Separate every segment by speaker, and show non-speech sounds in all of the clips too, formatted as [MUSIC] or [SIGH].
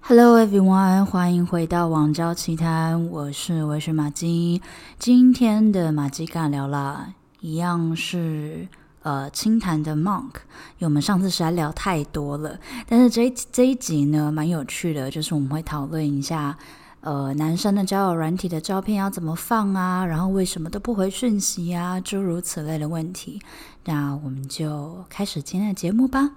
Speaker 1: Hello everyone，欢迎回到《网交奇谈》，我是微水马姬。今天的马姬尬聊啦，一样是呃清谈的 Monk，因为我们上次实在聊太多了，但是这一这一集呢蛮有趣的，就是我们会讨论一下。呃，男生的交友软体的照片要怎么放啊？然后为什么都不回讯息啊？诸如此类的问题。那我们就开始今天的节目吧。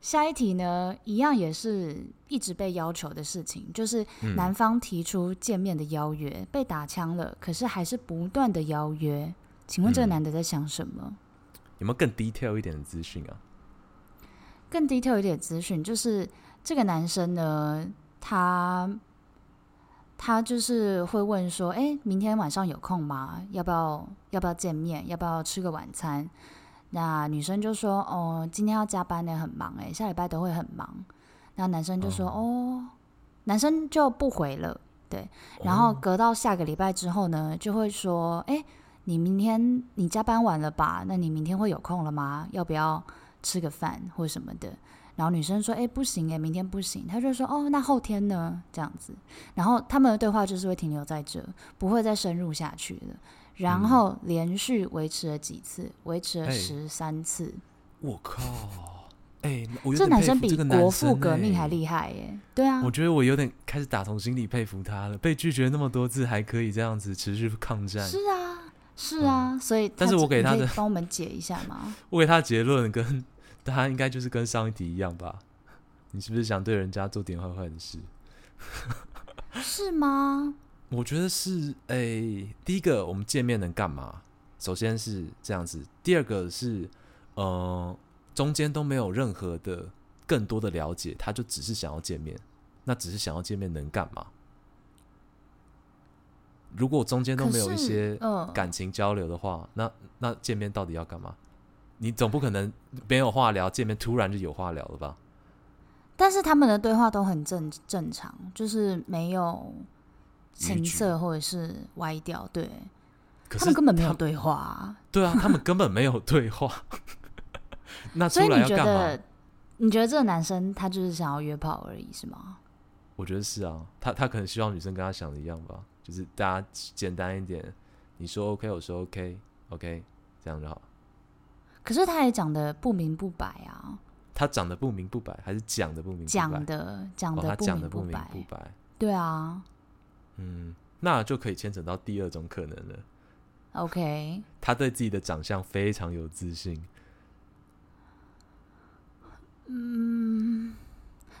Speaker 1: 下一题呢，一样也是一直被要求的事情，就是男方提出见面的邀约，被打枪了，可是还是不断的邀约。请问这个男的在想什么？
Speaker 2: 有没有更 detail 一点的资讯啊？
Speaker 1: 更 detail 一点的资讯，就是这个男生呢，他他就是会问说，哎、明天晚上有空吗？要不要要不要见面？要不要吃个晚餐？那女生就说，哦，今天要加班呢，很忙哎、下礼拜都会很忙。那男生就说，哦，男生就不回了。然后
Speaker 2: 哦
Speaker 1: 隔到下个礼拜之后呢，就会说：“哎，你明天你加班晚了吧？那你明天会有空了吗？要不要吃个饭或什么的？”然后女生说：“哎，不行，哎，明天不行。”他就说：“哦，那后天呢？”这样子，然后他们的对话就是会停留在这，不会再深入下去了。然
Speaker 2: 嗯
Speaker 1: 后连续维持了几次，维持了
Speaker 2: 哎
Speaker 1: 十三次。
Speaker 2: 我靠，哎、我有
Speaker 1: 这
Speaker 2: 点
Speaker 1: 男
Speaker 2: 佩
Speaker 1: 生
Speaker 2: 服
Speaker 1: 比
Speaker 2: 这个男
Speaker 1: 国父
Speaker 2: 生
Speaker 1: 革命
Speaker 2: 哎
Speaker 1: 还厉害耶！对啊，
Speaker 2: 我觉得我有点开始打从心里佩服他了。被拒绝那么多次，还可以这样子持续抗战。
Speaker 1: 是啊，是啊。所以，
Speaker 2: 嗯但是我给他
Speaker 1: 你可以
Speaker 2: 的
Speaker 1: 帮我们解一下吗？
Speaker 2: 我给他的结论跟他应该就是跟上一题一样吧？你是不是想对人家做点坏坏的事？
Speaker 1: 是吗？
Speaker 2: 我觉得是，哎、第一个我们见面能干嘛？首先是这样子，第二个是，呃，中间都没有任何的更多的了解，他就只是想要见面，那只是想要见面能干嘛？如果中 [LAUGHS] 间都
Speaker 1: 可
Speaker 2: 没
Speaker 1: 是，
Speaker 2: 有一些
Speaker 1: 嗯，
Speaker 2: 感情交流的话，那那见面到底要干嘛？你总不可能没有话聊，见面突然就有话聊了吧？
Speaker 1: 但是他们的对话都很正正常，就是没有情色或者是歪掉，对他
Speaker 2: 可是
Speaker 1: 们根本没有
Speaker 2: 他
Speaker 1: 对话啊、
Speaker 2: 对啊，他们根本没有对话， [LAUGHS] 那
Speaker 1: 所以
Speaker 2: 出来
Speaker 1: 你
Speaker 2: 要
Speaker 1: 觉
Speaker 2: 干嘛？
Speaker 1: 得你觉得这个男生他就是想要约炮而已是吗？
Speaker 2: 我觉得是啊，他他可能希望女生跟他想的一样吧，就是大家简单一点，你说 OK，我说 OK，OK，、这样就好。
Speaker 1: 可是他也讲的不明不白啊，
Speaker 2: 他讲的不明不白，还是讲的不明不白？
Speaker 1: 讲的讲
Speaker 2: 哦，他
Speaker 1: 的不
Speaker 2: 讲
Speaker 1: 明
Speaker 2: 的
Speaker 1: 不
Speaker 2: 明
Speaker 1: 白，
Speaker 2: 不白。
Speaker 1: 对啊
Speaker 2: 嗯，那就可以牵扯到第二种可能了。
Speaker 1: ，OK，
Speaker 2: 他对自己的长相非常有自信，
Speaker 1: 嗯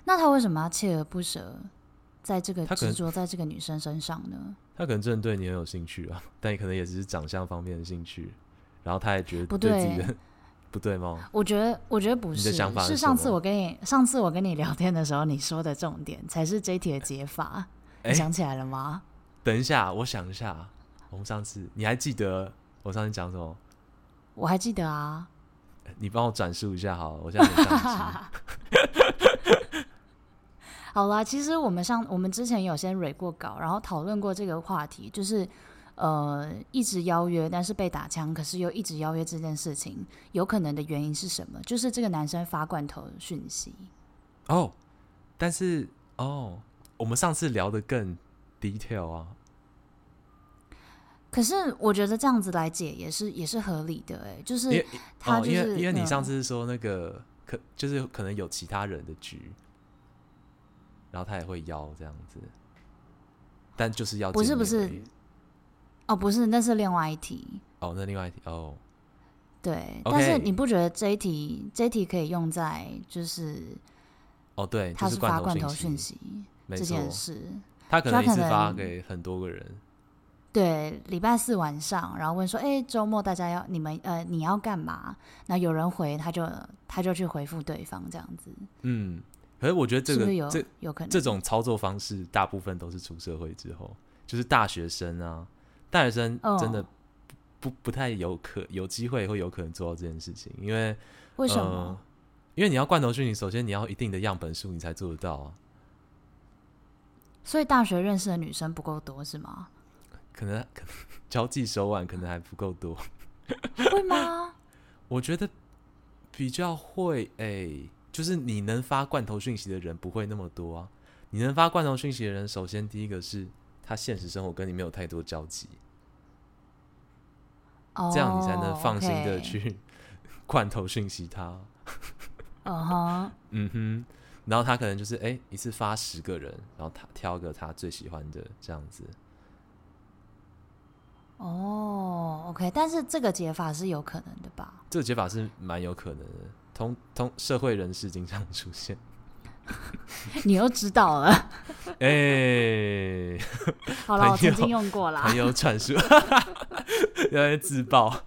Speaker 1: 那他为什么要锲而不舍在这个
Speaker 2: 他可能
Speaker 1: 执着在这个女生身上呢？
Speaker 2: 他可能真的对你很有兴趣啊， [LAUGHS] 但可能也只是长相方面的兴趣，然后他也觉
Speaker 1: 不
Speaker 2: 得对自己
Speaker 1: 对
Speaker 2: 的 [LAUGHS] 不对吗？
Speaker 1: 我觉得，我觉得不
Speaker 2: 你
Speaker 1: 是，
Speaker 2: 的想法
Speaker 1: 是
Speaker 2: 是
Speaker 1: 上
Speaker 2: 什
Speaker 1: 次
Speaker 2: 么
Speaker 1: 我跟你上次我跟你聊天的时候你说的重点才是这一题的解法，
Speaker 2: 哎
Speaker 1: 你想起来了吗？
Speaker 2: 等一下，我想一下，我们上次你还记得我上次讲什么？
Speaker 1: 我还记得啊，
Speaker 2: 你帮我转述一下好了，我现在很宕
Speaker 1: [LAUGHS]
Speaker 2: 机。
Speaker 1: 好啦，其实我们上我们之前有先蕊过稿，然后讨论过这个话题，就是呃一直邀约，但是被打枪，可是又一直邀约这件事情，有可能的原因是什么？就是这个男生发罐头讯息，
Speaker 2: 哦，但是哦，我们上次聊的更 detail 啊，
Speaker 1: 可是我觉得这样子来解也是也是合理的、欸，哎，就
Speaker 2: 因为
Speaker 1: 是他
Speaker 2: 哦，
Speaker 1: 就
Speaker 2: 因
Speaker 1: 是、
Speaker 2: 为因为你
Speaker 1: 嗯
Speaker 2: 上次是说那个可就是可能有其他人的局，然后他也会邀这样子，但就是要
Speaker 1: 不是
Speaker 2: 见
Speaker 1: 不
Speaker 2: 面
Speaker 1: 是
Speaker 2: 而已
Speaker 1: 哦不是，那是另外一题，
Speaker 2: 哦，那另外一题哦，
Speaker 1: 对
Speaker 2: OK
Speaker 1: 但是你不觉得这一题这一题可以用在就是
Speaker 2: 哦对，就
Speaker 1: 他哎是发罐头讯
Speaker 2: 讯，
Speaker 1: 息
Speaker 2: 没
Speaker 1: 这
Speaker 2: 错，
Speaker 1: 件事？
Speaker 2: 他可
Speaker 1: 他
Speaker 2: 能一
Speaker 1: 可
Speaker 2: 次发
Speaker 1: 能
Speaker 2: 给很多个人，
Speaker 1: 对，礼拜四晚上，然后问说，哎，周末大家要你们呃你要干嘛？那有人回，他就他就去回复对方这样子，
Speaker 2: 嗯，可是我觉得这
Speaker 1: 是不
Speaker 2: 个
Speaker 1: 是有
Speaker 2: 这
Speaker 1: 有可能
Speaker 2: 这种操作方式大部分都是出社会之后，就是大学生啊，大学生
Speaker 1: 哦
Speaker 2: 真的不、不不太有可有机会会有可能做到这件事情，因为
Speaker 1: 为什
Speaker 2: 呃
Speaker 1: 么？
Speaker 2: 因为你要罐头讯息，首先你要一定的样本数，你才做得到啊。
Speaker 1: 所以大学认识的女生不够多是吗？
Speaker 2: 可能可能交际手腕可能还不够多，
Speaker 1: 会吗？
Speaker 2: 我觉得比较会诶、就是你能发罐头讯息的人不会那么多啊。你能发罐头讯息的人，首先第一个是他现实生活跟你没有太多交集，
Speaker 1: 哦
Speaker 2: 这样你才能放心的
Speaker 1: OK
Speaker 2: 去 [LAUGHS] 罐头讯息他。
Speaker 1: 嗯哼，
Speaker 2: 嗯哼，然后他可能就是诶、一次发十个人，然后他挑个他最喜欢的这样子。
Speaker 1: 哦，OK，但是这个解法是有可能的吧？
Speaker 2: 这个解法是蛮有可能的，通通社会人士经常出现。
Speaker 1: 你又知道了， [LAUGHS]
Speaker 2: 哎、
Speaker 1: 好了，我
Speaker 2: 朋
Speaker 1: 曾
Speaker 2: 友
Speaker 1: 经用过啦 [LAUGHS]
Speaker 2: 朋，友转述， [LAUGHS] 要自爆。
Speaker 1: [LAUGHS]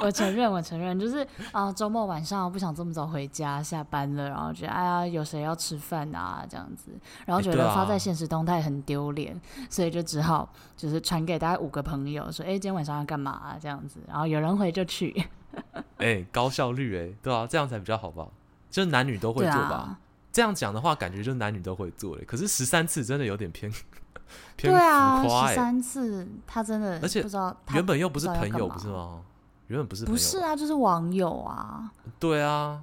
Speaker 1: 我承认，我承认，就是啊，周末晚上不想这么早回家，下班了，然后觉得哎呀，有谁要吃饭啊这样子，然后
Speaker 2: 哎
Speaker 1: 觉
Speaker 2: 对
Speaker 1: 得发
Speaker 2: 啊
Speaker 1: 在现实动态很丢脸，所以就只好就是传给大概五个朋友说，哎，今天晚上要干嘛、啊、这样子，然后有人回就去，
Speaker 2: 哎、高效率哎、对啊，这样才比较好吧？就是男女都会
Speaker 1: 对
Speaker 2: 做吧？
Speaker 1: 啊，
Speaker 2: 这样讲的话，感觉就男女都会做嘞。可是十三次真的有点偏 [LAUGHS] 偏
Speaker 1: 对啊，
Speaker 2: 浮夸
Speaker 1: 十
Speaker 2: 哎、
Speaker 1: 三次他真的，
Speaker 2: 而且
Speaker 1: 不知道他
Speaker 2: 原本又不是朋友，
Speaker 1: 不
Speaker 2: 不
Speaker 1: 知
Speaker 2: 是
Speaker 1: 道要
Speaker 2: 吗？原本不是朋
Speaker 1: 不
Speaker 2: 友，
Speaker 1: 是啊，就是网友啊，
Speaker 2: 对啊，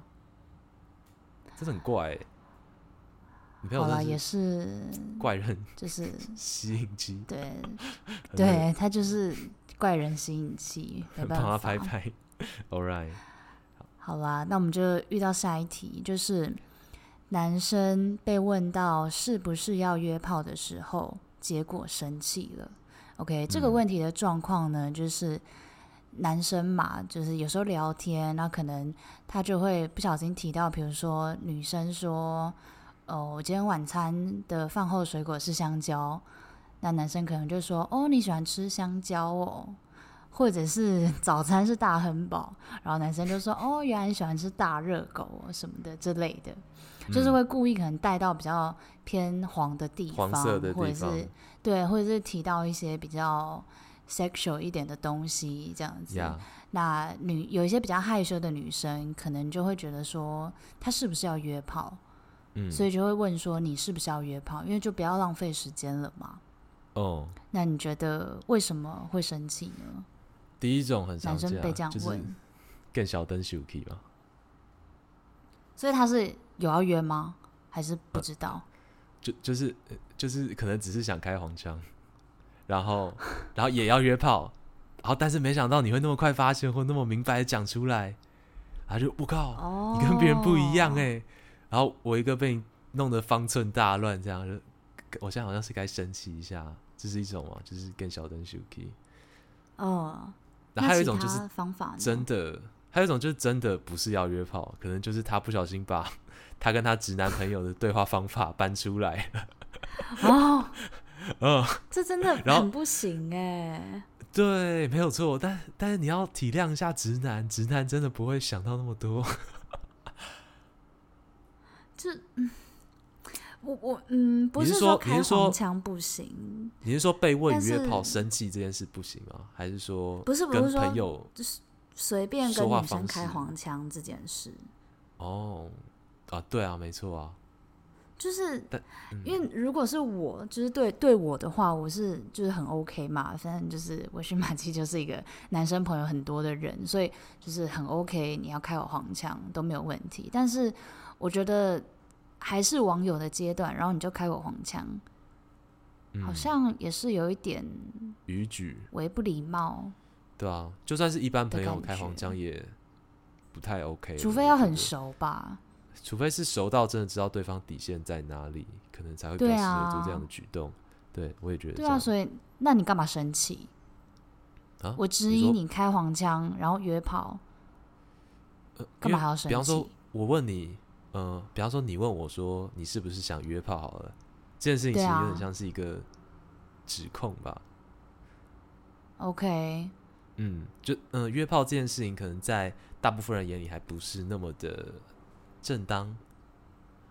Speaker 2: 真的很怪、欸。你朋友
Speaker 1: 好啦，
Speaker 2: 真
Speaker 1: 也
Speaker 2: 的
Speaker 1: 是，
Speaker 2: 是怪人 [LAUGHS]
Speaker 1: 就是
Speaker 2: 吸引机，
Speaker 1: 对
Speaker 2: 很很
Speaker 1: 对，他就是怪人吸引器，没
Speaker 2: 很
Speaker 1: 办
Speaker 2: 帮他
Speaker 1: 法。
Speaker 2: 拍拍。All [LAUGHS] right，
Speaker 1: 好啦，那我们就遇到下一题，就是男生被问到是不是要约炮的时候，结果生气了。OK，这个
Speaker 2: 嗯
Speaker 1: 问题的状况呢，就是男生嘛，就是有时候聊天，那可能他就会不小心提到，比如说女生说：“哦，我今天晚餐的饭后水果是香蕉。”那男生可能就说：“哦，你喜欢吃香蕉哦。”或者是早餐是大亨堡，然后男生就说：“哦，原来你喜欢吃大热狗哦什么的之类的。”就是
Speaker 2: 嗯
Speaker 1: 会故意可能带到比较偏黄的地方，
Speaker 2: 黄色的
Speaker 1: 或
Speaker 2: 地
Speaker 1: 者
Speaker 2: 方，
Speaker 1: 是对，或者是提到一些比较 sexual 一点的东西这样子。
Speaker 2: 呀，
Speaker 1: 那女有一些比较害羞的女生，可能就会觉得说，她是不是要约炮？
Speaker 2: 嗯，
Speaker 1: 所以就会问说，你是不是要约炮？因为就不要浪费时间了嘛。
Speaker 2: 哦，
Speaker 1: 那你觉得为什么会生气呢？
Speaker 2: 第一种很常
Speaker 1: 男
Speaker 2: 见、
Speaker 1: 生
Speaker 2: 啊，
Speaker 1: 被这样
Speaker 2: 就是
Speaker 1: 问，
Speaker 2: 更小灯 s u k 嘛，
Speaker 1: 所以他是有要约吗？还是不知道？
Speaker 2: 就就是呃就是可能只是想开黄腔，然后然后也要约炮，然后但是没想到你会那么快发现或那么明白的讲出来，然后就我靠，
Speaker 1: 哦，
Speaker 2: 你跟别人不一样哎、然后我一个被你弄得方寸大乱，这样就我现在好像是该生气一下，这是一种嘛，就是更小灯 s u k
Speaker 1: 哦，
Speaker 2: 然后还有一种就是
Speaker 1: 那其他方法呢
Speaker 2: 真的，还有一种就是真的不是要约炮，可能就是他不小心把 [LAUGHS] 他跟他直男朋友的对话方法搬出来。 [LAUGHS]
Speaker 1: 哦，
Speaker 2: 嗯，
Speaker 1: 这真的
Speaker 2: 然后
Speaker 1: 很不行哎、
Speaker 2: 对，没有错。但但是你要体谅一下直男，直男真的不会想到那么多。 [LAUGHS]
Speaker 1: 这嗯，我我嗯，不
Speaker 2: 你是
Speaker 1: 说
Speaker 2: 说你
Speaker 1: 开
Speaker 2: 是说
Speaker 1: 黄腔不行，
Speaker 2: 你是说被问
Speaker 1: 但
Speaker 2: 约炮
Speaker 1: 是
Speaker 2: 生气这件事不行吗？还是说
Speaker 1: 不是不是
Speaker 2: 跟
Speaker 1: 说
Speaker 2: 朋友？
Speaker 1: 随便跟
Speaker 2: 说话
Speaker 1: 女生
Speaker 2: 方
Speaker 1: 开
Speaker 2: 式
Speaker 1: 黄腔这件事，
Speaker 2: 哦，啊，对啊，没错啊。
Speaker 1: 就是
Speaker 2: 但嗯
Speaker 1: 因为如果是我，就是对对我的话，我是就是很 OK 嘛，反正就是我是马季就是一个男生朋友很多的人，所以就是很 OK，你要开我黄腔都没有问题。但是我觉得还是网友的阶段，然后你就开我黄腔，
Speaker 2: 嗯、
Speaker 1: 好像也是有一点
Speaker 2: 逾矩，
Speaker 1: 为不礼貌，
Speaker 2: 对啊，就算是一般
Speaker 1: 的
Speaker 2: 朋友
Speaker 1: 感
Speaker 2: 开黄
Speaker 1: 觉
Speaker 2: 腔也不太 OK，
Speaker 1: 除
Speaker 2: 我
Speaker 1: 非要
Speaker 2: 觉
Speaker 1: 很
Speaker 2: 得
Speaker 1: 熟吧。
Speaker 2: 除非是熟到真的知道对方底线在哪里，可能才会比
Speaker 1: 对
Speaker 2: 较适合
Speaker 1: 啊
Speaker 2: 做这样的举动。对,、我也觉得这
Speaker 1: 对啊，
Speaker 2: 样。
Speaker 1: 所以那你干嘛生气？
Speaker 2: 啊
Speaker 1: 我质
Speaker 2: 你
Speaker 1: 疑
Speaker 2: 说
Speaker 1: 你开黄腔，然后约炮，
Speaker 2: 呃
Speaker 1: 干
Speaker 2: 因
Speaker 1: 嘛
Speaker 2: 为
Speaker 1: 还要生
Speaker 2: 比方说
Speaker 1: 气？，
Speaker 2: 我问你，呃，比方说你问我说你是不是想约炮好了，这件事情其
Speaker 1: 对
Speaker 2: 实有
Speaker 1: 啊
Speaker 2: 点像是一个指控吧。
Speaker 1: OK，
Speaker 2: 嗯，就嗯、呃约炮这件事情可能在大部分人眼里还不是那么的正当，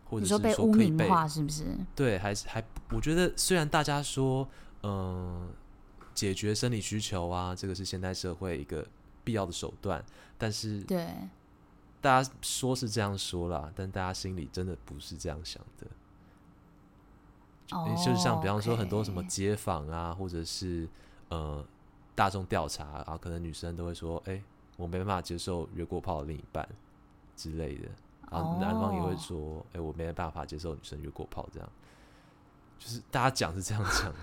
Speaker 2: 或者
Speaker 1: 你
Speaker 2: 是
Speaker 1: 说被污
Speaker 2: 可以
Speaker 1: 名
Speaker 2: 被
Speaker 1: 化是不是？
Speaker 2: 对，还是还，我觉得虽然大家说，嗯、解决生理需求啊，这个是现代社会一个必要的手段，但是
Speaker 1: 对，
Speaker 2: 大家说是这样说啦，但大家心里真的不是这样想的。
Speaker 1: 哦
Speaker 2: 诶，就是像比方说很多什么
Speaker 1: OK
Speaker 2: 街访啊，或者是呃大众调查啊，可能女生都会说，哎、我没办法接受约过炮的另一半，之类的，然后男方也
Speaker 1: 哦
Speaker 2: 会说：“哎、我没办法接受女生约过炮。”这样，就是大家讲是这样讲，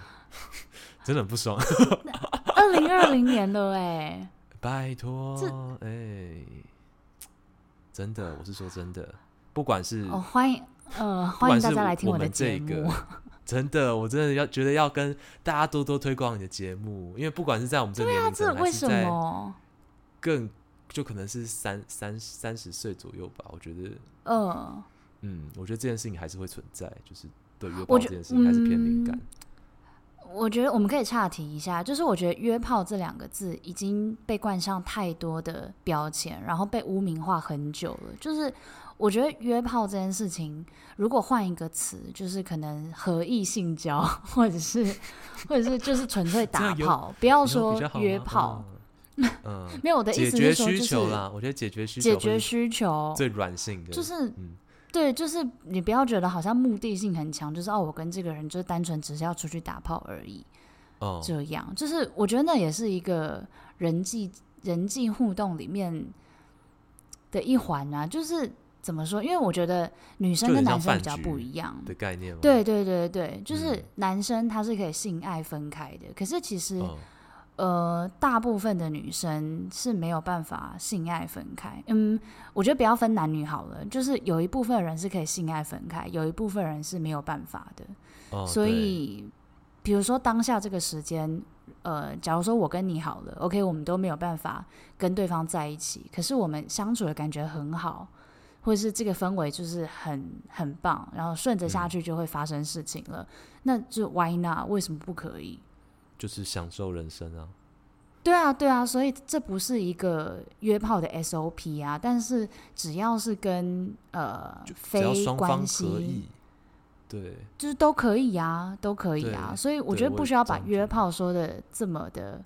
Speaker 2: [LAUGHS] 真的很不爽。 [LAUGHS]
Speaker 1: 二零二零年的哎，
Speaker 2: 拜托
Speaker 1: 这，
Speaker 2: 哎、真的，我是说真的，不管 [LAUGHS] 是
Speaker 1: 哦，欢迎呃，欢
Speaker 2: 不管
Speaker 1: 迎
Speaker 2: 是
Speaker 1: 大家来听
Speaker 2: 我
Speaker 1: 的
Speaker 2: 们
Speaker 1: 节
Speaker 2: 这个
Speaker 1: 目。，
Speaker 2: 真的，我真的要觉得要跟大家多多推广你的节目，因为不管是在我们这个年
Speaker 1: [LAUGHS]
Speaker 2: 龄
Speaker 1: 啊这
Speaker 2: 层，还
Speaker 1: 为
Speaker 2: 是
Speaker 1: 什
Speaker 2: 在
Speaker 1: 么？
Speaker 2: 更就可能是三三三十岁左右吧，我觉得，
Speaker 1: 嗯，
Speaker 2: 嗯，我觉得这件事情还是会存在，就是对约炮
Speaker 1: 我
Speaker 2: 这
Speaker 1: 觉
Speaker 2: 件事情还是偏敏感
Speaker 1: 嗯，我觉得我们可以岔题一下，就是我觉得“约炮”这两个字已经被冠上太多的标签，然后被污名化很久了。就是我觉得约炮这件事情，如果换一个词，就是可能合意性交，或者是或者是就是纯粹
Speaker 2: [LAUGHS] 这
Speaker 1: 打
Speaker 2: 样有
Speaker 1: 炮，不要
Speaker 2: 你有比
Speaker 1: 说
Speaker 2: 较好吗
Speaker 1: 约炮。，
Speaker 2: 嗯嗯，
Speaker 1: 没有，我 [LAUGHS] 的意
Speaker 2: 解
Speaker 1: 思
Speaker 2: 决
Speaker 1: 是说，就
Speaker 2: 需求
Speaker 1: 是
Speaker 2: 啦，我觉得解决需求
Speaker 1: 解
Speaker 2: 会
Speaker 1: 决
Speaker 2: 是
Speaker 1: 需求，
Speaker 2: 最软性的，
Speaker 1: 就是
Speaker 2: 嗯，
Speaker 1: 对，就是你不要觉得好像目的性很强，就是哦，我跟这个人就是单纯只是要出去打炮而已。
Speaker 2: 哦，
Speaker 1: 这样，就是我觉得那也是一个人际人际互动里面的一环啊。就是怎么说？因为我觉得女生
Speaker 2: 就
Speaker 1: 跟
Speaker 2: 很像
Speaker 1: 男生
Speaker 2: 饭
Speaker 1: 比较
Speaker 2: 局
Speaker 1: 不一样。
Speaker 2: 的概念吗？
Speaker 1: 对对对对，就是
Speaker 2: 嗯
Speaker 1: 男生他是可以性爱分开的，可是其实、
Speaker 2: 嗯，
Speaker 1: 呃，大部分的女生是没有办法性爱分开。嗯，我觉得不要分男女好了，就是有一部分人是可以性爱分开，有一部分人是没有办法的。
Speaker 2: 哦
Speaker 1: 所
Speaker 2: 对
Speaker 1: 以，比如说当下这个时间，呃，假如说我跟你好了，OK，我们都没有办法跟对方在一起，可是我们相处的感觉很好，或者是这个氛围就是很很棒，然后顺着下
Speaker 2: 嗯
Speaker 1: 去就会发生事情了，那就 Why not？为什么不可以？
Speaker 2: 就是享受人生啊，
Speaker 1: 对啊，对啊，所以这不是一个约炮的 SOP 啊，但是只要是跟呃
Speaker 2: 就只要
Speaker 1: 非
Speaker 2: 双方
Speaker 1: 关
Speaker 2: 可
Speaker 1: 系，
Speaker 2: 以，对，
Speaker 1: 就是都可以啊，都可以啊，
Speaker 2: 对
Speaker 1: 所以我
Speaker 2: 对
Speaker 1: 觉得
Speaker 2: 我
Speaker 1: 不
Speaker 2: 也
Speaker 1: 需要
Speaker 2: 这
Speaker 1: 把
Speaker 2: 样觉
Speaker 1: 约
Speaker 2: 得
Speaker 1: 炮说的这么的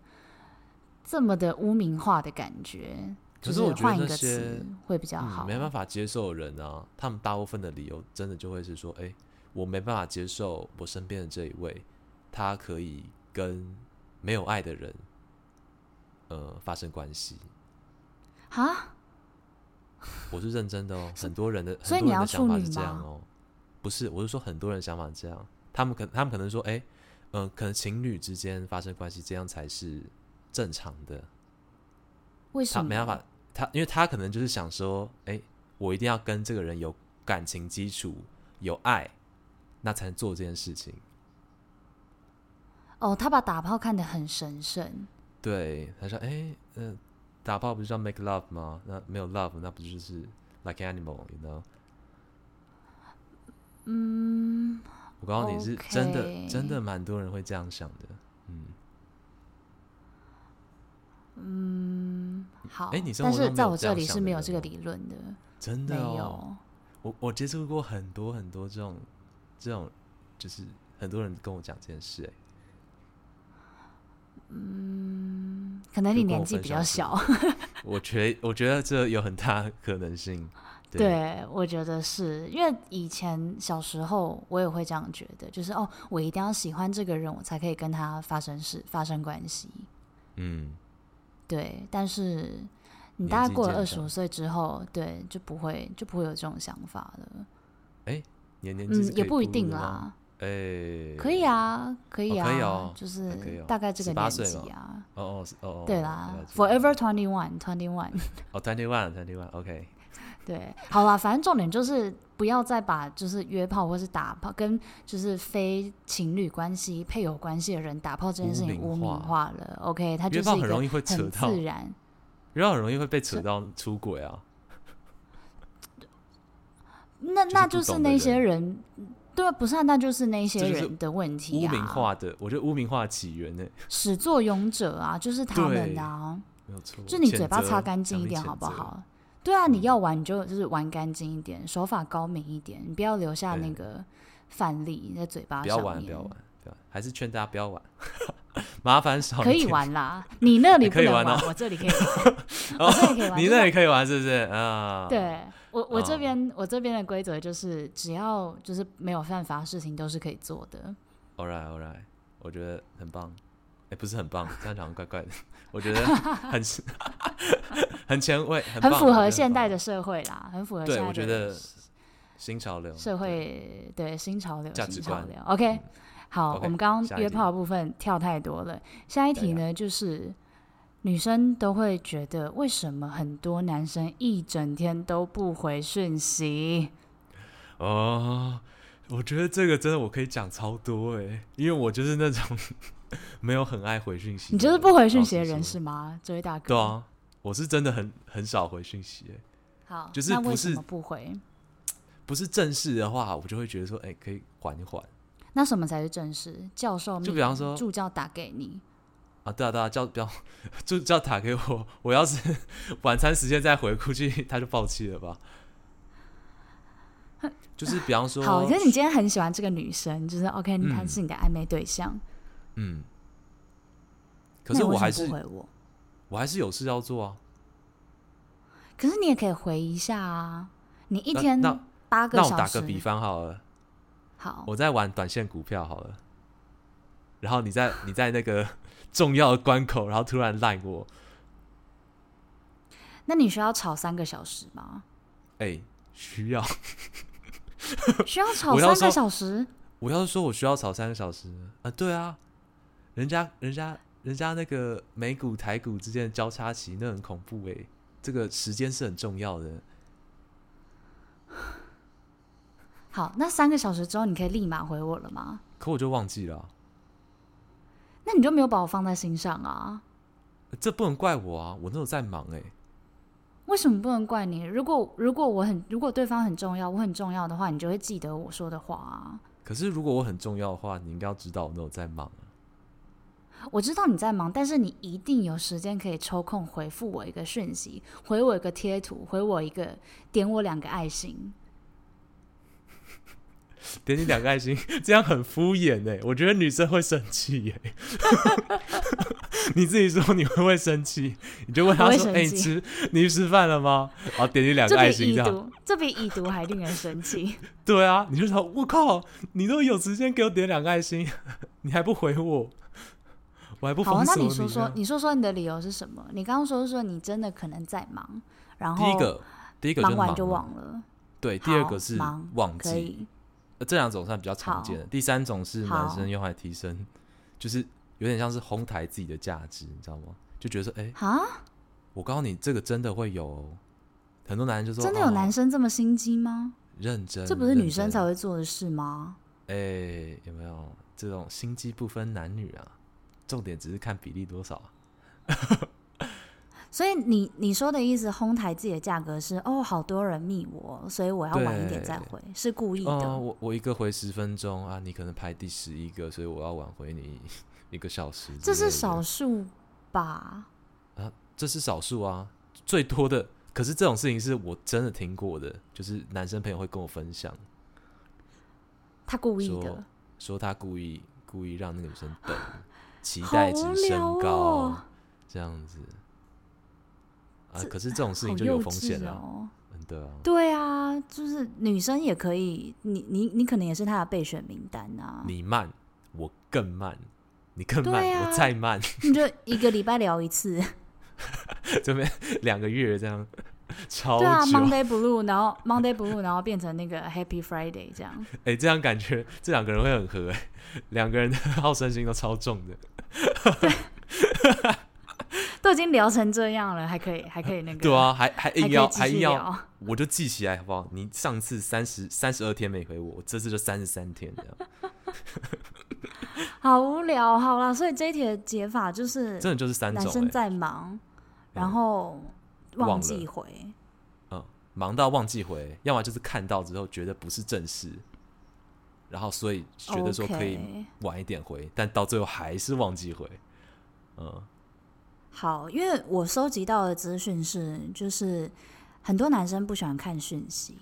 Speaker 1: 这么的污名化的感觉，
Speaker 2: 可
Speaker 1: 就是
Speaker 2: 我觉得
Speaker 1: 换一
Speaker 2: 那
Speaker 1: 个
Speaker 2: 些
Speaker 1: 词会比较好。
Speaker 2: 嗯，没办法接受的人啊，他们大部分的理由真的就会是说，哎、我没办法接受我身边的这一位，他可以跟没有爱的人，呃，发生关系。
Speaker 1: 啊，
Speaker 2: 我是认真的哦，很多人的
Speaker 1: 所以
Speaker 2: 很多
Speaker 1: 你
Speaker 2: 人
Speaker 1: 要
Speaker 2: 的想
Speaker 1: 处
Speaker 2: 法
Speaker 1: 女
Speaker 2: 是这样
Speaker 1: 吗
Speaker 2: 哦，不是，我是说很多人想法是这样，他们可他们可能说，哎、嗯、可能情侣之间发生关系，这样才是正常的。
Speaker 1: 为什
Speaker 2: 他
Speaker 1: 么？
Speaker 2: 没办法，他因为他可能就是想说，哎、我一定要跟这个人有感情基础，有爱，那才能做这件事情。
Speaker 1: 哦，他把打炮看得很神圣。
Speaker 2: 对，他说，哎、嗯、打炮不是叫 make love 吗？那没有 love，那不就是 like animal，you know？
Speaker 1: 嗯，
Speaker 2: 我告诉你是真的
Speaker 1: OK
Speaker 2: 真的蛮多人会这样想的。嗯，
Speaker 1: 好。
Speaker 2: 你生
Speaker 1: 但
Speaker 2: 活
Speaker 1: 是
Speaker 2: 中没
Speaker 1: 在
Speaker 2: 有
Speaker 1: 我
Speaker 2: 这
Speaker 1: 这
Speaker 2: 样
Speaker 1: 里
Speaker 2: 想
Speaker 1: 是
Speaker 2: 的
Speaker 1: 没有
Speaker 2: 人
Speaker 1: 这个
Speaker 2: 哦
Speaker 1: 理论的，
Speaker 2: 真
Speaker 1: 没
Speaker 2: 的哦，
Speaker 1: 有。
Speaker 2: 我我接触过很多很多这种这种，就是很多人跟我讲这件事、哎，
Speaker 1: 可能你
Speaker 2: 就跟
Speaker 1: 年
Speaker 2: 我
Speaker 1: 纪
Speaker 2: 分
Speaker 1: 比
Speaker 2: 享
Speaker 1: 较
Speaker 2: 这
Speaker 1: 小，
Speaker 2: 我觉 [LAUGHS] 我觉得这有很大的可能性。
Speaker 1: 对，我觉得是因为以前小时候我也会这样觉得，就是哦，我一定要喜欢这个人，我才可以跟他发生事、发生关系。
Speaker 2: 嗯，
Speaker 1: 对，但是你
Speaker 2: 年
Speaker 1: 大概
Speaker 2: 纪
Speaker 1: 过了
Speaker 2: 渐
Speaker 1: 二十
Speaker 2: 长
Speaker 1: 五岁之后，对，就不会就不会有这种想法了。
Speaker 2: 年年纪是
Speaker 1: 嗯，
Speaker 2: 可
Speaker 1: 也
Speaker 2: 以
Speaker 1: 不一
Speaker 2: 步入
Speaker 1: 定
Speaker 2: 的吗。
Speaker 1: 啦，
Speaker 2: 哎、
Speaker 1: 可以。啊，可以啊，
Speaker 2: 哦可以哦
Speaker 1: 就
Speaker 2: 可以
Speaker 1: 是
Speaker 2: 哦
Speaker 1: 大概这个
Speaker 2: 18
Speaker 1: 年
Speaker 2: 岁
Speaker 1: 纪
Speaker 2: 了
Speaker 1: 啊，
Speaker 2: 哦哦是哦，哦
Speaker 1: 对
Speaker 2: 哦
Speaker 1: 啦
Speaker 2: 了解
Speaker 1: ，Forever Twenty One Twenty One。 [LAUGHS]
Speaker 2: 哦，twenty one twenty one，OK，
Speaker 1: 对，好啦，反正重点就是不要再把就是约炮或是打炮跟就是非情侣关系、配偶关系的人打炮这件事情
Speaker 2: 污
Speaker 1: 污
Speaker 2: 名
Speaker 1: 名
Speaker 2: 化
Speaker 1: 化了。OK，它就是
Speaker 2: 约炮
Speaker 1: 一
Speaker 2: 很
Speaker 1: 个
Speaker 2: 容易会扯
Speaker 1: 很
Speaker 2: 到，
Speaker 1: 自然。
Speaker 2: 约炮很容易会被扯到出轨啊。
Speaker 1: 那
Speaker 2: 就是
Speaker 1: 那
Speaker 2: 不
Speaker 1: 就是
Speaker 2: 懂的
Speaker 1: 那些
Speaker 2: 人
Speaker 1: 人，对啊，不是、啊，那就是那些
Speaker 2: 这就是
Speaker 1: 人的问题
Speaker 2: 污
Speaker 1: 啊，
Speaker 2: 名化的，我觉得污名化的起源呢，
Speaker 1: 始作俑者啊，就是他
Speaker 2: 对
Speaker 1: 们啊，
Speaker 2: 没有错。
Speaker 1: 就你嘴
Speaker 2: 谴
Speaker 1: 巴
Speaker 2: 责嗯
Speaker 1: 擦干净一点好不？好？对啊，你要玩你就就是玩干净一点，手法高明一点，你不要留下那
Speaker 2: 对
Speaker 1: 个范例在嘴
Speaker 2: 强
Speaker 1: 巴
Speaker 2: 烈谴责不要
Speaker 1: 上面。
Speaker 2: 玩，不要玩，对吧？啊还是劝大家不要玩， [LAUGHS] 麻烦少一
Speaker 1: 可以
Speaker 2: 点。
Speaker 1: 玩啦，你那里不
Speaker 2: 可以
Speaker 1: 能
Speaker 2: 玩
Speaker 1: 玩，
Speaker 2: 哦
Speaker 1: 我这里
Speaker 2: [LAUGHS]
Speaker 1: 可以玩，我这里可以玩。 [LAUGHS]
Speaker 2: 你
Speaker 1: 就是
Speaker 2: 那里可以玩是不是？啊，，
Speaker 1: 对我我这
Speaker 2: 哦
Speaker 1: 边、我这边的规则就是，只要就是没有犯法的事情都是可以做的。
Speaker 2: All right, all right，我觉得很棒。哎、不是很棒，这样讲怪怪的。我觉得很很 [LAUGHS] 很前卫，
Speaker 1: 很
Speaker 2: 很棒啊
Speaker 1: 符
Speaker 2: 我觉
Speaker 1: 合
Speaker 2: 得
Speaker 1: 现代
Speaker 2: 棒
Speaker 1: 的社会啦，很符合
Speaker 2: 对
Speaker 1: 现在
Speaker 2: 我觉
Speaker 1: 的
Speaker 2: 得新潮流
Speaker 1: 社
Speaker 2: 对
Speaker 1: 会对新潮流、
Speaker 2: 价
Speaker 1: 新
Speaker 2: 值
Speaker 1: 潮
Speaker 2: 观
Speaker 1: 流。OK，
Speaker 2: 嗯
Speaker 1: 好
Speaker 2: OK，
Speaker 1: 我们刚
Speaker 2: 下
Speaker 1: 刚
Speaker 2: 一
Speaker 1: 约
Speaker 2: 题
Speaker 1: 炮的部分跳太多了。下一
Speaker 2: 对
Speaker 1: 题
Speaker 2: 啊
Speaker 1: 呢，就是女生都会觉得为什么很多男生一整天都不回讯息？
Speaker 2: 哦，我觉得这个真的我可以讲超多哎、因为我就是那种 [LAUGHS] 没有很爱回讯息的人，
Speaker 1: 你就是不回讯
Speaker 2: 老
Speaker 1: 息的
Speaker 2: 实
Speaker 1: 人
Speaker 2: 说
Speaker 1: 是吗？这位大哥。
Speaker 2: 对。啊，我是真的很很少回讯息哎、
Speaker 1: 好，
Speaker 2: 就是
Speaker 1: 那
Speaker 2: 不
Speaker 1: 为什
Speaker 2: 是
Speaker 1: 么不回？
Speaker 2: 不是正式的话，我就会觉得说，哎、可以缓一缓
Speaker 1: 那什么才是正式？教授
Speaker 2: 就
Speaker 1: 密
Speaker 2: 比方
Speaker 1: 你
Speaker 2: 说
Speaker 1: 助教打给你，
Speaker 2: 啊，对啊对啊，叫不要就叫打给我，我要是 [LAUGHS] 晚餐时间再回，估计他就爆气
Speaker 1: [LAUGHS]
Speaker 2: 了吧。就是比方说，
Speaker 1: 好，可是你今天很喜欢这个女生，就是 OK，她
Speaker 2: 嗯
Speaker 1: 是你的暧昧对象，
Speaker 2: 嗯，可
Speaker 1: 那
Speaker 2: 是
Speaker 1: 你为什
Speaker 2: 我
Speaker 1: 么
Speaker 2: 还是
Speaker 1: 不回我。
Speaker 2: 我还是有事要做啊。
Speaker 1: 可是你也可以回一下啊，你一
Speaker 2: 那
Speaker 1: 天
Speaker 2: 那
Speaker 1: 八个
Speaker 2: 那我
Speaker 1: 小
Speaker 2: 打
Speaker 1: 时，哦
Speaker 2: 个比方好了，
Speaker 1: 好，
Speaker 2: 我在玩短线股票好了，然后你在你在那个 [LAUGHS] 重要的关口，然后突然赖我，
Speaker 1: 那你需要吵三个小时吗？
Speaker 2: 哎、需要，
Speaker 1: 需
Speaker 2: [LAUGHS]
Speaker 1: 要吵
Speaker 2: 我要
Speaker 1: 三
Speaker 2: 说
Speaker 1: 个小时？
Speaker 2: 我要是说我需要炒三个小时呢啊，对啊，人家人家人家那个美股台股之间的交叉期，那很恐怖哎、这个时间是很重要的，
Speaker 1: 好，那三个小时之后你可以立马回我了吗？
Speaker 2: 可我就忘记了啊、
Speaker 1: 那你就没有把我放在心上啊？
Speaker 2: 这不能怪我啊，我那时候在忙哎、
Speaker 1: 为什么不能怪你？如果如果我很如果对方很重要，我很重要的话，你就会记得我说的话啊。
Speaker 2: 可是如果我很重要的话，你应该要知道我那时候在忙啊。
Speaker 1: 我知道你在忙，但是你一定有时间可以抽空回复我一个讯息，回我一个贴图，回我一个点我两个爱心。
Speaker 2: 点你两个爱心，这样很敷衍哎、我觉得女生会生气耶、 [LAUGHS] 你自己说你会不会生气？你就问她说
Speaker 1: 我：“
Speaker 2: 哎、
Speaker 1: 会生
Speaker 2: 你
Speaker 1: 气
Speaker 2: 吃你吃饭了吗？”然后点你两
Speaker 1: 这
Speaker 2: 个爱
Speaker 1: 比
Speaker 2: 心
Speaker 1: 已
Speaker 2: 这样。
Speaker 1: 读，这比已读还令人生气。
Speaker 2: 对啊，你就说：“我靠，你都有时间给我点两个爱心， [LAUGHS] 你还不回我，我 [LAUGHS] 还不
Speaker 1: 好啊，
Speaker 2: 封
Speaker 1: 那
Speaker 2: 锁
Speaker 1: 你说
Speaker 2: 这
Speaker 1: 说
Speaker 2: 样，
Speaker 1: 你说说你的理由是什么？你刚刚说说你真的可能在忙，然后
Speaker 2: 第一个，第一个就
Speaker 1: 忙
Speaker 2: 是
Speaker 1: 完就
Speaker 2: 嘛
Speaker 1: 忘了，
Speaker 2: 对，第二
Speaker 1: 好
Speaker 2: 个是
Speaker 1: 忙
Speaker 2: 忘
Speaker 1: 可
Speaker 2: 记，
Speaker 1: 以。
Speaker 2: 呃这两种算比较常见的。第三种是男
Speaker 1: 好
Speaker 2: 生用来提升，就是有点像是哄抬自己的价值，你知道吗？就觉得说：“哎、
Speaker 1: 啊，
Speaker 2: 我告诉你，这个真的会有哦、很多男人就说
Speaker 1: 真的有男
Speaker 2: 哦、
Speaker 1: 生这么心机吗？
Speaker 2: 认真，
Speaker 1: 这不是女生才
Speaker 2: 会
Speaker 1: 会做的事吗？
Speaker 2: 哎、有没有这种心机不分男女啊？重点只是看比例多少啊。
Speaker 1: 所以你你说的意思，哄抬自己的价格是哦，好多人密我，所以我要晚一点再
Speaker 2: 对
Speaker 1: 回，是故意的。
Speaker 2: 哦，我我一个回十分钟啊，你可能排第十一个，所以我要挽回你 [LAUGHS] 一个小时之类的。
Speaker 1: 这是少数吧？
Speaker 2: 这是少数啊，最多的。可是这种事情是我真的听过的，就是男生朋友会跟我分享，
Speaker 1: 他故意
Speaker 2: 说
Speaker 1: 的，
Speaker 2: 说他故意故意让那个女生等，期
Speaker 1: 好
Speaker 2: 待值
Speaker 1: 无
Speaker 2: 升
Speaker 1: 聊
Speaker 2: 高、啊
Speaker 1: 哦
Speaker 2: 这样子。啊，
Speaker 1: 这
Speaker 2: 可是这种事
Speaker 1: 好
Speaker 2: 情就有
Speaker 1: 幼
Speaker 2: 风险
Speaker 1: 稚
Speaker 2: 了、
Speaker 1: 哦。
Speaker 2: 嗯，对啊，
Speaker 1: 对啊，就是女生也可以，你你你可能也是她的备选名单啊。
Speaker 2: 你慢，我更慢，你更慢，
Speaker 1: 对啊
Speaker 2: 我再慢， [LAUGHS]
Speaker 1: 你就一个礼拜聊一次，
Speaker 2: 这边两个月这样， [LAUGHS] 超
Speaker 1: 对啊
Speaker 2: 久。
Speaker 1: ，Monday Blue，然后 Monday Blue，然后变成那个 Happy Friday 这样。
Speaker 2: 哎、这样感觉这两个人会很合、哎，两个人的好胜心都超重的。
Speaker 1: 都已经聊成这样了，还可以还可以那个，
Speaker 2: 对，啊，还
Speaker 1: 还
Speaker 2: 还
Speaker 1: 可
Speaker 2: 硬
Speaker 1: 以
Speaker 2: 要
Speaker 1: 继
Speaker 2: 还
Speaker 1: 续
Speaker 2: 硬要，
Speaker 1: 聊。
Speaker 2: 我就记起来好不好？你上次三十三十二天没回我，我这次就三十三天这样，
Speaker 1: 好无聊，好啦，所以这一题的解法就是
Speaker 2: 真的就是三
Speaker 1: 男
Speaker 2: 种、
Speaker 1: 生
Speaker 2: 哎，
Speaker 1: 在忙，然后
Speaker 2: 忘
Speaker 1: 忘
Speaker 2: 了
Speaker 1: 记回，
Speaker 2: 嗯，忙到忘记回，要么就是看到之后觉得不是正事，然后所以觉得说可以
Speaker 1: OK
Speaker 2: 晚一点回但到最后还是忘记回。嗯，
Speaker 1: 好，因为我收集到的资讯是，就是很多男生不喜欢看讯息，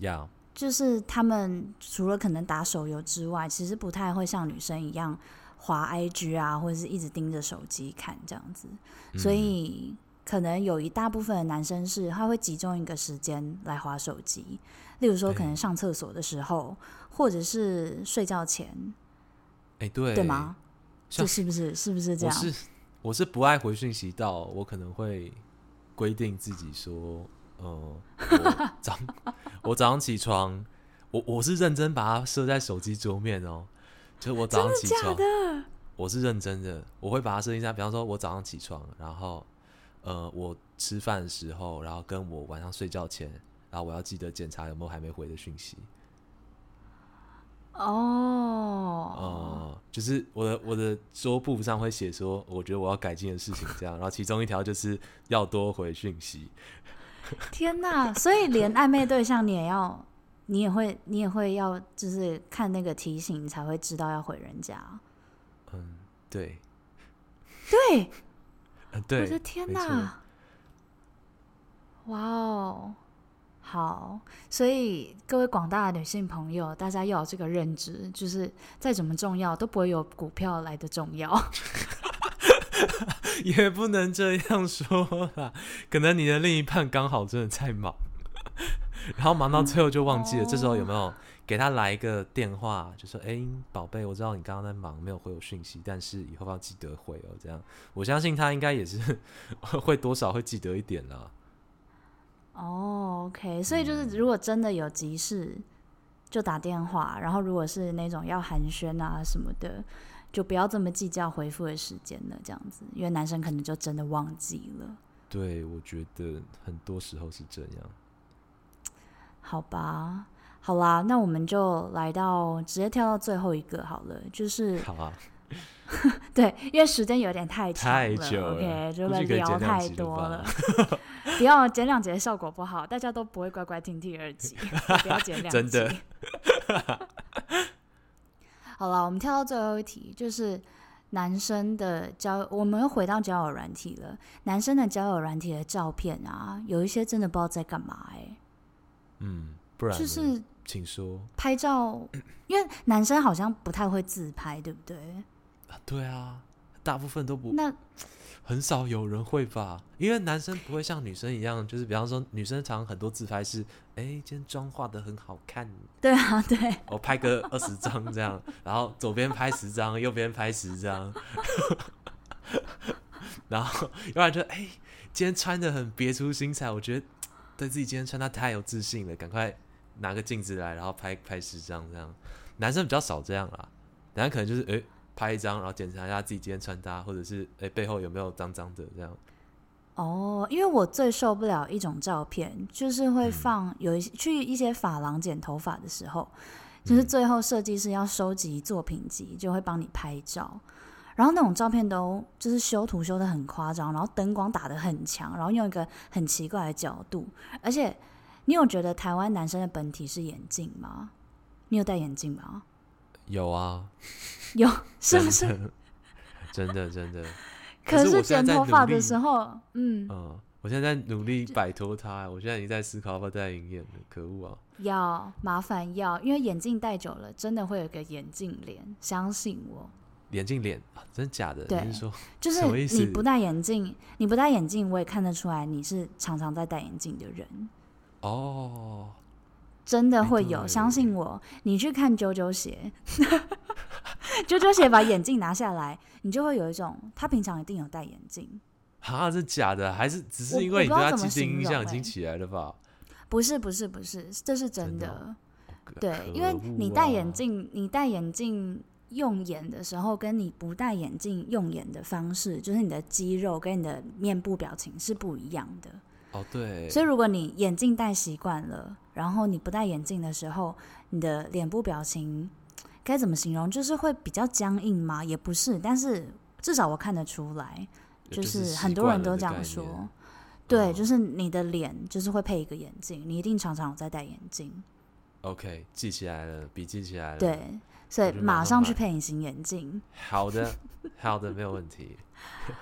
Speaker 2: 呀、
Speaker 1: 就是他们除了可能打手游之外，其实不太会像女生一样滑 IG 啊，或者是一直盯着手机看这样子。
Speaker 2: 嗯
Speaker 1: 所以可能有一大部分的男生是他会集中一个时间来划手机，例如说可能
Speaker 2: 对
Speaker 1: 上厕所的时候，或者是睡觉前，
Speaker 2: 哎、对
Speaker 1: 对吗？这
Speaker 2: 像
Speaker 1: 是不是是不是这
Speaker 2: 我
Speaker 1: 样？
Speaker 2: 是我是不爱回讯息到，我可能会规定自己说，呃，我早我早上起床，我我是认真把它设在手机桌面哦，就是我早上起
Speaker 3: 假
Speaker 2: 床，
Speaker 3: 的？
Speaker 2: 我是认真的，我会把它设定在，比方说我早上起床，然后呃，我吃饭的时候，然后跟我晚上睡觉前，然后我要记得检查有没有还没回的讯息。
Speaker 1: 哦，
Speaker 2: 哦、就是我的我的桌布上会写说，我觉得我要改进的事情这样，然后其中一条就是要多回讯息。
Speaker 1: 天哪！所以
Speaker 2: [LAUGHS]
Speaker 1: 连暧昧对象你也要，你也会，你也会要，就是看那个提醒，你才会知道要回人家。
Speaker 2: 嗯，对，
Speaker 1: 对，
Speaker 2: 呃、对，
Speaker 1: 我的天
Speaker 2: 没错
Speaker 1: 哪！哇哦，好，所以各位广大的女性朋友，大家要有这个认知，就是再怎么重要，都不会有股票来的重要。
Speaker 2: 也不能这样说啦，可能你的另一半刚好真的在忙， [LAUGHS] 然后忙到最后就忘
Speaker 1: 哦
Speaker 2: 记了。这时候有没有给他来一个电话，就说：“哎、宝贝，我知道你刚刚在忙，没有回我讯息，但是以后要记得回哦。”这样，我相信他应该也是 [LAUGHS] 会多少会记得一点啦。
Speaker 1: 哦、o k 所以就是如果真的有急事，就打电话，然后如果是那种要寒暄啊什么的，就不要这么计较回复的时间了，这样子，因为男生可能就真的忘记了，
Speaker 2: 对，我觉得很多时候是这样。
Speaker 1: 好吧？好啦，那我们就来到直接跳到最后一个好了，就是
Speaker 2: 好啊，
Speaker 1: [LAUGHS] 对，因为时间有点太长
Speaker 2: 太久了
Speaker 1: o k 就
Speaker 2: 估
Speaker 1: 是
Speaker 2: 计可以
Speaker 1: 聊
Speaker 2: 剪两
Speaker 1: 太
Speaker 2: 集了
Speaker 1: 多
Speaker 2: 吧
Speaker 1: 了， [LAUGHS] 不要剪两集的效果不好，大家都不会乖乖听第二集，不要剪两集。
Speaker 2: 真的。 [LAUGHS]
Speaker 1: 好了，我们跳到最后一题，就是男生的交，我们又回到交友软体了。男生的交友软体的照片啊，有一些真的不知道在干嘛哎、
Speaker 2: 嗯，不然呢
Speaker 1: 就是
Speaker 2: 请说
Speaker 1: 拍照，因为男生好像不太会自拍，对不对？
Speaker 2: 啊。对啊，大部分都不
Speaker 1: 那
Speaker 2: 很少有人会吧，因为男生不会像女生一样，就是比方说女生常很多自拍是，哎、今天妆化的很好看，
Speaker 1: 对啊，对，
Speaker 2: 我、拍个二十张这样，然后左边拍十张，右边拍十张， [LAUGHS] 然后要不然就哎、今天穿的很别出心裁，我觉得对自己今天穿搭太有自信了，赶快拿个镜子来，然后拍拍十张这样。男生比较少这样啦，男生可能就是哎、拍一张，然后检查一下自己今天穿搭，或者是哎、背后有没有脏脏的这样。
Speaker 1: 哦，因为我最受不了一种照片，就是
Speaker 2: 嗯
Speaker 1: 会放有一些去一些发廊剪头发的时候，就是
Speaker 2: 嗯
Speaker 1: 最后设计师要收集作品集，就会帮你拍照。然后那种照片都就是修图修的很夸张，然后灯光打的很强，然后用一个很奇怪的角度。而且，你有觉得台湾男生的本体是眼镜吗？你有戴眼镜吗？ [LAUGHS]
Speaker 2: 有啊，
Speaker 1: 有，是不
Speaker 2: 真
Speaker 1: 是？
Speaker 2: 的？真的真的，可
Speaker 1: 可
Speaker 2: 是
Speaker 1: 是
Speaker 2: 我现在
Speaker 1: 剪
Speaker 2: 在
Speaker 1: 头
Speaker 2: 努
Speaker 1: 发的
Speaker 2: 力
Speaker 1: 时候，嗯，
Speaker 2: 嗯，我现在在努力摆脱它，我现在已经在思考要不要戴隐眼了，可恶啊！
Speaker 1: 要麻烦要，因为眼镜戴久了，真的会有一个眼镜脸，相信我。
Speaker 2: 眼镜脸啊，真的假的？
Speaker 1: 对
Speaker 2: 你是说
Speaker 1: 就是
Speaker 2: 什么意思
Speaker 1: 你不戴眼镜，你不戴眼镜，我也看得出来你是常常在戴眼镜的人，
Speaker 2: 哦？
Speaker 1: 真的
Speaker 2: 哎
Speaker 1: 会
Speaker 2: 对
Speaker 1: 有，相信我。你去看啾啾鞋， [LAUGHS] 啾啾鞋把眼镜拿下来，你就会有一种他平常一定有戴眼镜，
Speaker 2: 哈，这假的？还是只
Speaker 1: 我
Speaker 2: 是因
Speaker 1: 我
Speaker 2: 为你
Speaker 1: 不
Speaker 2: 对
Speaker 1: 知道
Speaker 2: 它
Speaker 1: 怎么
Speaker 2: 既定
Speaker 1: 形
Speaker 2: 印象已
Speaker 1: 容
Speaker 2: 经
Speaker 1: 欸
Speaker 2: 起来了吧？
Speaker 1: 不是不是不是，这是真
Speaker 2: 真
Speaker 1: 的。
Speaker 2: 的哦可
Speaker 1: 对，因为
Speaker 2: 可恶
Speaker 1: 你戴
Speaker 2: 啊
Speaker 1: 眼镜，你戴眼镜用眼的时候，跟你不戴眼镜用眼的方式，就是你的肌肉跟你的面部表情是不一样的。
Speaker 2: 哦，对，
Speaker 1: 所以如果你眼镜戴习惯了，然后你不戴眼镜的时候，你的脸部表情该怎么形容？就是会比较僵硬吗？也不是，但是至少我看得出来，就
Speaker 2: 就
Speaker 1: 是
Speaker 2: 习
Speaker 1: 很多
Speaker 2: 惯
Speaker 1: 人
Speaker 2: 了
Speaker 1: 都
Speaker 2: 的
Speaker 1: 这样
Speaker 2: 概
Speaker 1: 说
Speaker 2: 念。
Speaker 1: 对，
Speaker 2: 嗯
Speaker 1: 就是你的脸就是会配一个眼镜，你一定常常有在戴眼镜。
Speaker 2: OK，记起来了，笔记起来了。，
Speaker 1: 对，所以
Speaker 2: 我就马
Speaker 1: 马上
Speaker 2: 上
Speaker 1: 去
Speaker 2: 买
Speaker 1: 配隐形眼镜。[LAUGHS]
Speaker 2: 好的，好的，没有问题。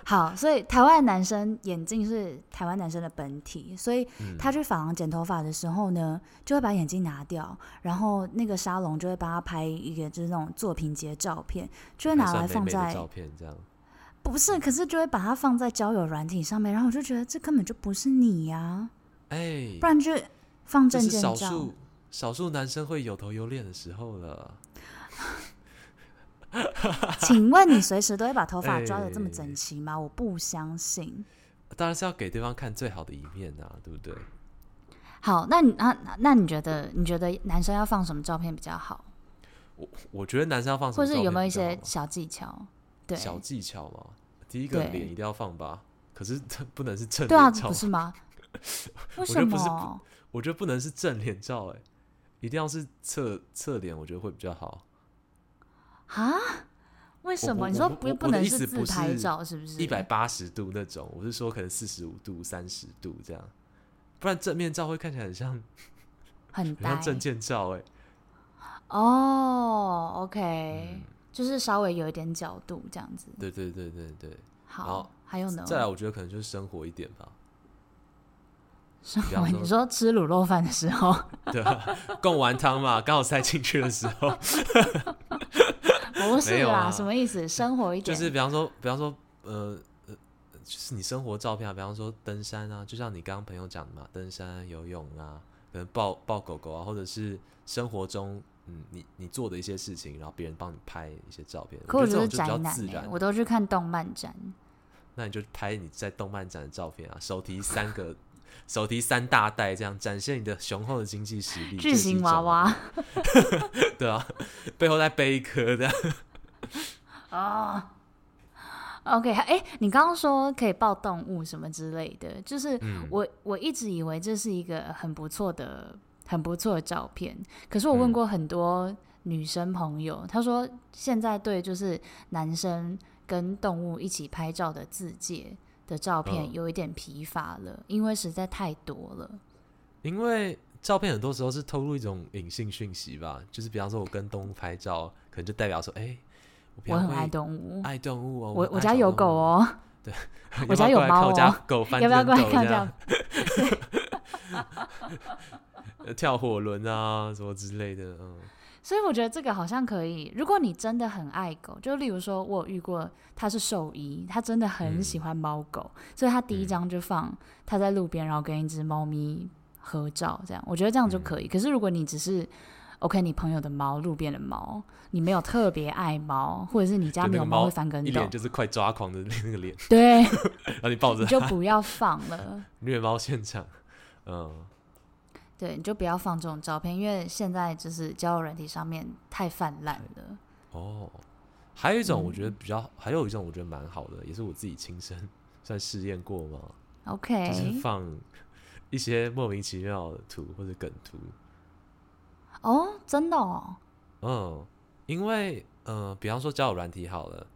Speaker 1: 好，所以台湾男生眼镜是台湾男生的本体，所以
Speaker 2: 嗯，
Speaker 1: 他去发廊剪头发的时候呢，就会把眼镜拿掉，然后那个沙龙就会帮他拍一个就是那种作品集的照片，就会
Speaker 2: 还
Speaker 1: 拿
Speaker 2: 算
Speaker 1: 来
Speaker 2: 美
Speaker 1: 放
Speaker 2: 美的
Speaker 1: 在
Speaker 2: 照片嗯这样。
Speaker 1: 不是，可是就会把它放在交友软体上面，然后我就觉得这根本就不是你呀、
Speaker 2: 哎
Speaker 1: 不，然就放
Speaker 2: 这
Speaker 1: 证
Speaker 2: 是
Speaker 1: 件
Speaker 2: 少
Speaker 1: 照
Speaker 2: 数。少数男生会有头有脸的时候了。
Speaker 1: 请问你随时都会把头发抓的这么
Speaker 2: [LAUGHS] 哎
Speaker 1: 整齐吗？我不相信。
Speaker 2: 当然是要给对方看最好的一面啊，对不对？
Speaker 1: 好，那你那那那你觉得你觉得男生要放什么照片比较好，
Speaker 2: 我我觉得男生要放什
Speaker 1: 或
Speaker 2: 么
Speaker 1: 是
Speaker 2: 照
Speaker 1: 有没有一
Speaker 2: 片比较
Speaker 1: 些
Speaker 2: 好
Speaker 1: 小技巧？对，
Speaker 2: 小技巧嘛？第一个
Speaker 1: 对
Speaker 2: 脸一定要放吧，可是 [LAUGHS] 这不能是正
Speaker 1: 对啊，
Speaker 2: 脸照
Speaker 1: 不，是
Speaker 2: [LAUGHS]
Speaker 1: 吗？为
Speaker 2: 觉
Speaker 1: 什
Speaker 2: 得不是
Speaker 1: 么？
Speaker 2: 我觉得不能是正脸照，哎，一定要是侧侧脸，我觉得会比较好。
Speaker 1: 啊？为什么？
Speaker 2: 我
Speaker 1: 你说
Speaker 2: 我
Speaker 1: 不
Speaker 2: 我
Speaker 1: 不
Speaker 2: 我的
Speaker 1: 能
Speaker 2: 意思
Speaker 1: 自
Speaker 2: 不
Speaker 1: 拍
Speaker 2: 是
Speaker 1: 照是不是？
Speaker 2: 一百八十度那种，我是说可能四十五度、三十度这样，不然正面照会看起来很像
Speaker 1: 很
Speaker 2: 很像
Speaker 1: 呆
Speaker 2: 证件照，哎，
Speaker 1: 哦，OK，
Speaker 2: 嗯
Speaker 1: 就是稍微有一点角度这样子。
Speaker 2: 对对对对对。
Speaker 1: 好
Speaker 2: 好，
Speaker 1: 还有呢？
Speaker 2: 再来，我觉得可能就是生活一点吧，
Speaker 1: 生
Speaker 2: 比
Speaker 1: 活
Speaker 2: 方
Speaker 1: 你说吃卤肉饭的时候， [LAUGHS]
Speaker 2: 对啊，贡丸汤嘛，刚好塞进去的时候，
Speaker 1: 不
Speaker 2: 没
Speaker 1: 是
Speaker 2: 有
Speaker 1: 啦，
Speaker 2: 啊
Speaker 1: 什么意思？生活一
Speaker 2: 就
Speaker 1: 点，
Speaker 2: 是比方说，比方说，呃，呃，就是你生活照片啊，比方说登山啊，就像你刚刚朋友讲的嘛，登山、游泳啊，可能抱抱狗狗啊，或者是生活中，嗯，你你做的一些事情，然后别人帮你拍一些照片，
Speaker 1: 可我
Speaker 2: 觉
Speaker 1: 就
Speaker 2: 得
Speaker 1: 是
Speaker 2: 这
Speaker 1: 宅
Speaker 2: 种就比较
Speaker 1: 男
Speaker 2: 自
Speaker 1: 欸
Speaker 2: 然。
Speaker 1: 我都去看动漫展。
Speaker 2: 那你就拍你在动漫展的照片啊，手提三个，手提三大袋，这样展现你的雄厚的经济实力，
Speaker 1: 巨型娃娃
Speaker 2: 这也是一种，对啊，背后再背一颗这样，
Speaker 1: 哦。OK，哎、你刚刚说可以抱动物什么之类的，就是
Speaker 2: 嗯
Speaker 1: 我、我一直以为这是一个很不错的、很不错的照片。可是我问
Speaker 2: 嗯
Speaker 1: 过很多女生朋友，她说现在对就是男生跟动物一起拍照的自介的照片
Speaker 2: 嗯
Speaker 1: 有一点疲乏了，因为实在太多了。
Speaker 2: 因为照片很多时候是透露一种隐性讯息吧，就是比方说我跟动物拍照，可能就代表说，哎、我平
Speaker 1: 我
Speaker 2: 常
Speaker 1: 很
Speaker 2: 会
Speaker 1: 爱动物，
Speaker 2: 爱动物哦，
Speaker 1: 我
Speaker 2: 很
Speaker 1: 我
Speaker 2: 爱
Speaker 1: 家
Speaker 2: 小
Speaker 1: 有
Speaker 2: 动
Speaker 1: 狗
Speaker 2: [LAUGHS] 物，
Speaker 1: 哦，
Speaker 2: 要
Speaker 1: 我
Speaker 2: 不
Speaker 1: 家
Speaker 2: 要
Speaker 1: 有
Speaker 2: 过来看
Speaker 1: 猫
Speaker 2: 我家
Speaker 1: 哦
Speaker 2: 狗
Speaker 1: [LAUGHS]
Speaker 2: 翻
Speaker 1: 要不要
Speaker 2: 跟
Speaker 1: 过来
Speaker 2: 斗
Speaker 1: 看
Speaker 2: 这
Speaker 1: 这
Speaker 2: 样
Speaker 1: 样？ [LAUGHS]
Speaker 2: 呃 [LAUGHS] 跳火轮啊什么之类的，嗯。
Speaker 1: 所以我觉得这个好像可以。如果你真的很爱狗，就例如说，我有遇过他是兽医，他真的很
Speaker 2: 嗯
Speaker 1: 喜欢猫狗，所以他第一
Speaker 2: 嗯
Speaker 1: 张就放他在路边，然后跟一只猫咪合照，这样我觉得这样就
Speaker 2: 嗯
Speaker 1: 可以。可是如果你只是 OK，你朋友的猫，路边的猫，你没有特别爱猫，或者是你家
Speaker 2: 就
Speaker 1: 没有
Speaker 2: 那个猫
Speaker 1: 会翻跟
Speaker 2: 一
Speaker 1: 斗
Speaker 2: 脸，就是快抓狂的那个脸， [LAUGHS]
Speaker 1: 对，
Speaker 2: 然后你抱着
Speaker 1: 你就不要放了。
Speaker 2: [LAUGHS] 虐猫现场，嗯，
Speaker 1: 对，你就不要放这种照片，因为现在就是交友软体上面太泛滥了。
Speaker 2: 哦，还有一
Speaker 1: 嗯
Speaker 2: 种我觉得比较，还有一种我觉得蛮好的，也是我自己亲身算试验过嘛，
Speaker 1: OK，
Speaker 2: 就是放一些莫名其妙的图或者梗图，
Speaker 1: 哦，真的哦，
Speaker 2: 嗯，因为呃，比方说交友软体好了，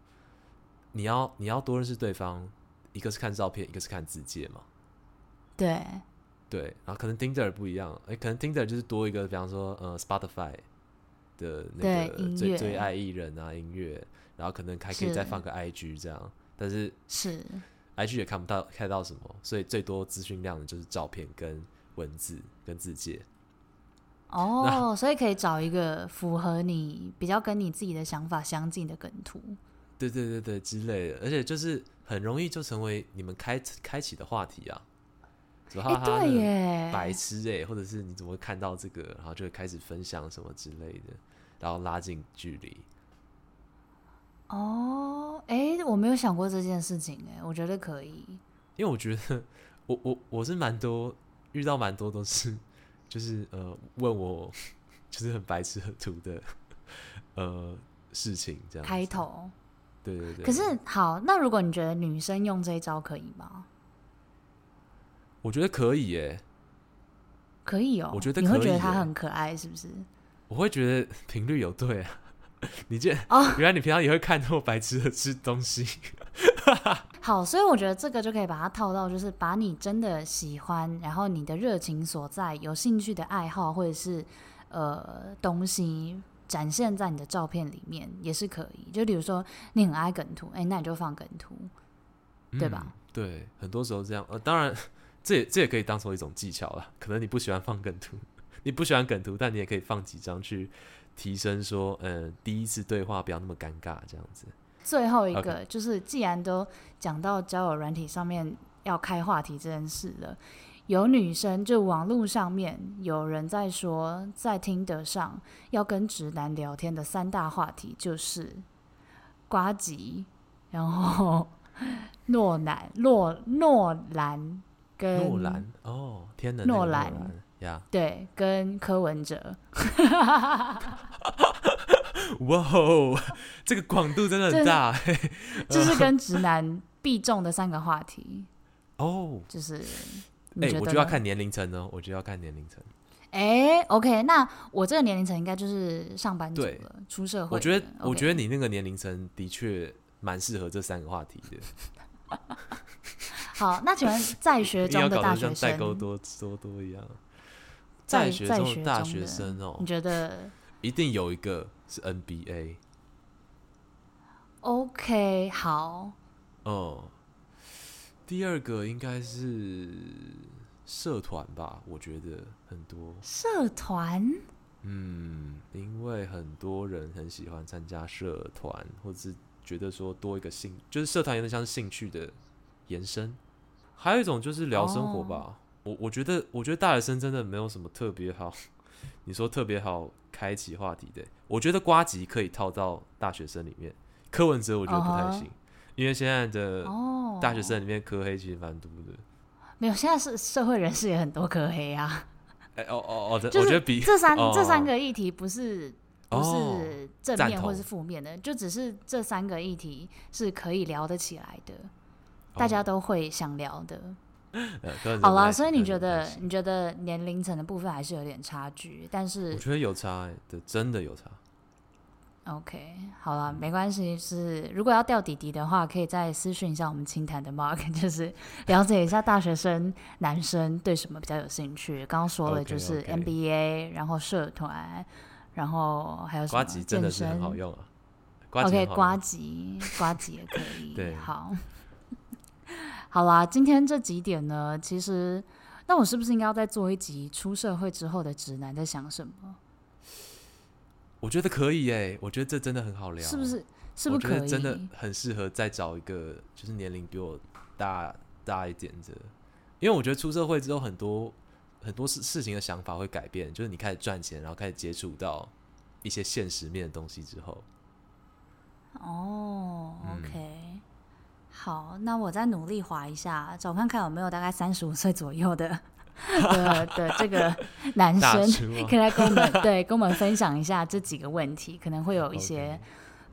Speaker 2: 你要你要多认识对方，一个是看照片，一个是看字界嘛，
Speaker 1: 对，
Speaker 2: 对，然后可能 Tinder 不一样，哎、可能 Tinder 就是多一个，比方说呃 Spotify 的那
Speaker 1: 对
Speaker 2: 个
Speaker 1: 音乐
Speaker 2: 最最爱艺人啊音乐，然后可能还可以再
Speaker 1: 是
Speaker 2: 放个 IG 这样，但是
Speaker 1: 是
Speaker 2: IG 也看不到看到什么，所以最多资讯量的就是照片跟文字跟字界。
Speaker 1: 哦，所以可以找一个符合你比较跟你自己的想法相近的梗图。
Speaker 2: 对对对对，之类的，而且就是很容易就成为你们开开启的话题啊，说
Speaker 1: 哎、
Speaker 2: 哈哈，
Speaker 1: 对
Speaker 2: 那个
Speaker 1: 耶，
Speaker 2: 白痴哎、或者是你怎么会看到这个，然后就会开始分享什么之类的，然后拉近距离。
Speaker 1: 哦，哎、我没有想过这件事情，哎，我觉得可以。
Speaker 2: 因为我觉得我我我是蛮多遇到蛮多都是就是呃问我就是很白痴很土的 [LAUGHS] 呃事情这样子
Speaker 1: 开头，
Speaker 2: 对对对。
Speaker 1: 可是好，那如果你觉得女生用这一招可以吗？
Speaker 2: 我觉得可以耶，
Speaker 1: 可以哦，
Speaker 2: 我觉得
Speaker 1: 你会
Speaker 2: 可
Speaker 1: 觉得
Speaker 2: 以
Speaker 1: 她
Speaker 2: 耶
Speaker 1: 很可爱，是不是？
Speaker 2: 我会觉得频率有对啊。 [LAUGHS] 你这、
Speaker 1: 哦
Speaker 2: 原来你平常也会看那么白痴的吃东西，
Speaker 1: 好，所以我觉得这个就可以把它套到，就是把你真的喜欢，然后你的热情所在、有兴趣的爱好或者是呃东西展现在你的照片里面也是可以。就比如说你很爱梗图，哎、那你就放梗图。 [LAUGHS] 对吧
Speaker 2: 嗯对，很多时候这样。呃，当然，这也这也可以当做一种技巧啦。可能你不喜欢放梗图， [LAUGHS] 你不喜欢梗图，但你也可以放几张去提升说，呃，第一次对话不要那么尴尬，这样子。
Speaker 1: 最后一
Speaker 2: OK
Speaker 1: 个就是，既然都讲到交友软体上面要开话题这件事了，有女生就网络上面有人在说，在听得上要跟直男聊天的三大话题就是瓜吉，然后诺兰、诺诺兰跟
Speaker 2: 诺兰哦，天哪，那个
Speaker 1: 嗯诺
Speaker 2: 诺
Speaker 1: 兰
Speaker 2: 兰呀，
Speaker 1: 对，跟柯文哲， [LAUGHS]
Speaker 2: 哇哦，这个广度真的
Speaker 1: 真
Speaker 2: 很大
Speaker 1: 这是跟直男必中的三个话题，
Speaker 2: [LAUGHS] 哦。
Speaker 1: 就是你
Speaker 2: 哎、
Speaker 1: 觉
Speaker 2: 我
Speaker 1: 得
Speaker 2: 就要
Speaker 1: 呢？
Speaker 2: 看年龄层哦，我就要看年龄层。
Speaker 1: 哎、o k 那我这个年龄层应该就是上班族
Speaker 2: 对
Speaker 1: 了，出哦社会的。
Speaker 2: 我觉得，我觉
Speaker 1: 得
Speaker 2: 得你那个年龄层的确蛮适合这三个话题的。
Speaker 1: 好。那
Speaker 2: [LAUGHS]
Speaker 1: 请问在学
Speaker 2: 一定要
Speaker 1: 中
Speaker 2: 搞
Speaker 1: 的大
Speaker 2: 得
Speaker 1: 学
Speaker 2: 像代沟
Speaker 1: 生，
Speaker 2: 多多多一样。
Speaker 1: 在
Speaker 2: 在学
Speaker 1: 在
Speaker 2: 中
Speaker 1: 学
Speaker 2: 的大
Speaker 1: 中
Speaker 2: 学
Speaker 1: 的嗯
Speaker 2: 生哦
Speaker 1: 你，觉得
Speaker 2: 一定有一个是 NBA。
Speaker 1: OK 好？
Speaker 2: 嗯，第二个应该是社团吧，我觉得很多。
Speaker 1: 社团
Speaker 2: 嗯，因为很多人很喜欢参加社团，或者是觉得说多一个兴，就是社团有点像是兴趣的延伸。还有一种就是聊生活
Speaker 1: 哦
Speaker 2: 吧。我我觉得，我觉得大学生真的没有什么特别好， [LAUGHS] 你说特别好开启话题的。我觉得瓜吉可以套到大学生里面，柯文哲我觉得不太
Speaker 1: 哦
Speaker 2: 行因为现在的
Speaker 1: 哦，
Speaker 2: 大学生里面科黑其实蛮多的。
Speaker 1: 没有，现在是社会人士也很多科黑
Speaker 2: [LAUGHS]
Speaker 1: 啊。
Speaker 2: 哎、哦哦哦，这
Speaker 1: 就
Speaker 2: 我觉
Speaker 1: 是
Speaker 2: 得比
Speaker 1: 这三、
Speaker 2: 哦
Speaker 1: 这
Speaker 2: 哦
Speaker 1: 三个议题不是不
Speaker 2: 哦
Speaker 1: 是正
Speaker 2: 赞
Speaker 1: 面或
Speaker 2: 同
Speaker 1: 是负面的，就只是这三个议题是可以聊得起来的，大家
Speaker 2: 哦
Speaker 1: 都会想聊的。
Speaker 2: 呃柯文哲
Speaker 1: 好
Speaker 2: 不
Speaker 1: 了，
Speaker 2: 太
Speaker 1: 所以
Speaker 2: 行
Speaker 1: 你觉
Speaker 2: 柯文哲不太
Speaker 1: 得
Speaker 2: 行
Speaker 1: 你觉得年龄层的部分还是有点差距，但
Speaker 2: 我
Speaker 1: 是
Speaker 2: 觉得有差、欸，对，真的有差。
Speaker 1: OK，好了，没关系。是如果要钓弟弟的话，可以再私讯一下我们清谈的 Mark，就是 [LAUGHS] 了解一下大学生男生对什么比较有兴趣。刚刚说了就是
Speaker 2: OK，OK
Speaker 1: NBA，然后社团，然后还有什
Speaker 2: 瓜
Speaker 1: 么
Speaker 2: 吉真
Speaker 1: 健
Speaker 2: 的是
Speaker 1: 身
Speaker 2: 很好用啊。瓜吉
Speaker 1: OK，
Speaker 2: 很好
Speaker 1: 瓜
Speaker 2: 用
Speaker 1: 吉，瓜吉也可以。
Speaker 2: [LAUGHS] 对
Speaker 1: 好， [LAUGHS] 好啦，今天这几点呢，其实，那我是不是应该要再做一集出社会之后的直男在想什么？
Speaker 2: 我觉得可以哎、我觉得这真的很好聊，啊
Speaker 1: 是不？是？是不
Speaker 2: 我
Speaker 1: 是
Speaker 2: 觉
Speaker 1: 可
Speaker 2: 得
Speaker 1: 以？
Speaker 2: 真的很适合再找一个就是年龄比我大大一点的，因为我觉得出社会之后很多很多事事情的想法会改变，就是你开始赚钱，然后开始接触到一些现实面的东西之后，
Speaker 1: 哦
Speaker 2: 嗯
Speaker 1: ，OK，、好，那我再努力划一下，找看看有没有大概三十五岁左右的 [LAUGHS] 的的这个男
Speaker 2: 大
Speaker 1: 生，
Speaker 2: 叔啊
Speaker 1: 可以来跟我们对跟我们分享一下这几个问题，可能会有一些
Speaker 2: OK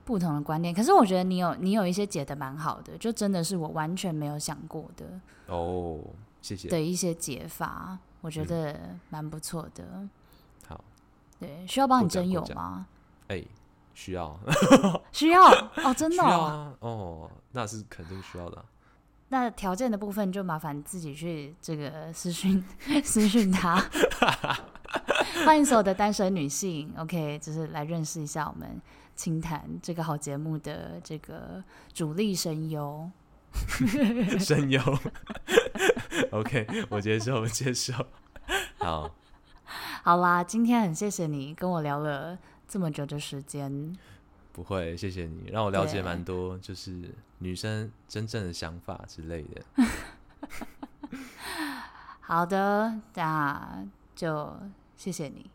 Speaker 1: 不同的观念。可是我觉得你有你有一些解的蛮好的，就真的是我完全没有想过的
Speaker 2: [LAUGHS] 哦，谢谢，
Speaker 1: 的一些解法，我觉
Speaker 2: 嗯
Speaker 1: 得蛮不错的。
Speaker 2: 好，
Speaker 1: 对，需要帮你
Speaker 2: 过奖
Speaker 1: 征
Speaker 2: 过
Speaker 1: 友
Speaker 2: 奖
Speaker 1: 吗？
Speaker 2: 哎、需要，
Speaker 1: 需要哦，真
Speaker 2: [LAUGHS] 需
Speaker 1: 的、
Speaker 2: 要
Speaker 1: 哦。
Speaker 2: 啊，哦，那是肯定需要的啊、
Speaker 1: 那条件的部分就麻烦自己去这个私讯 [LAUGHS] 私讯他。 [LAUGHS] 欢迎所有的单身女性，OK，就是来认识一下我们清谈这个好节目的这个主力声优。
Speaker 2: 声优。OK，我接受，我接受。好，
Speaker 1: 好啦，今天很谢谢你跟我聊了这么久的时间，
Speaker 2: 不会，谢谢你，让我了解
Speaker 1: 对
Speaker 2: 蛮多，就是女生真正的想法之类的。
Speaker 1: 好的，那就谢谢你。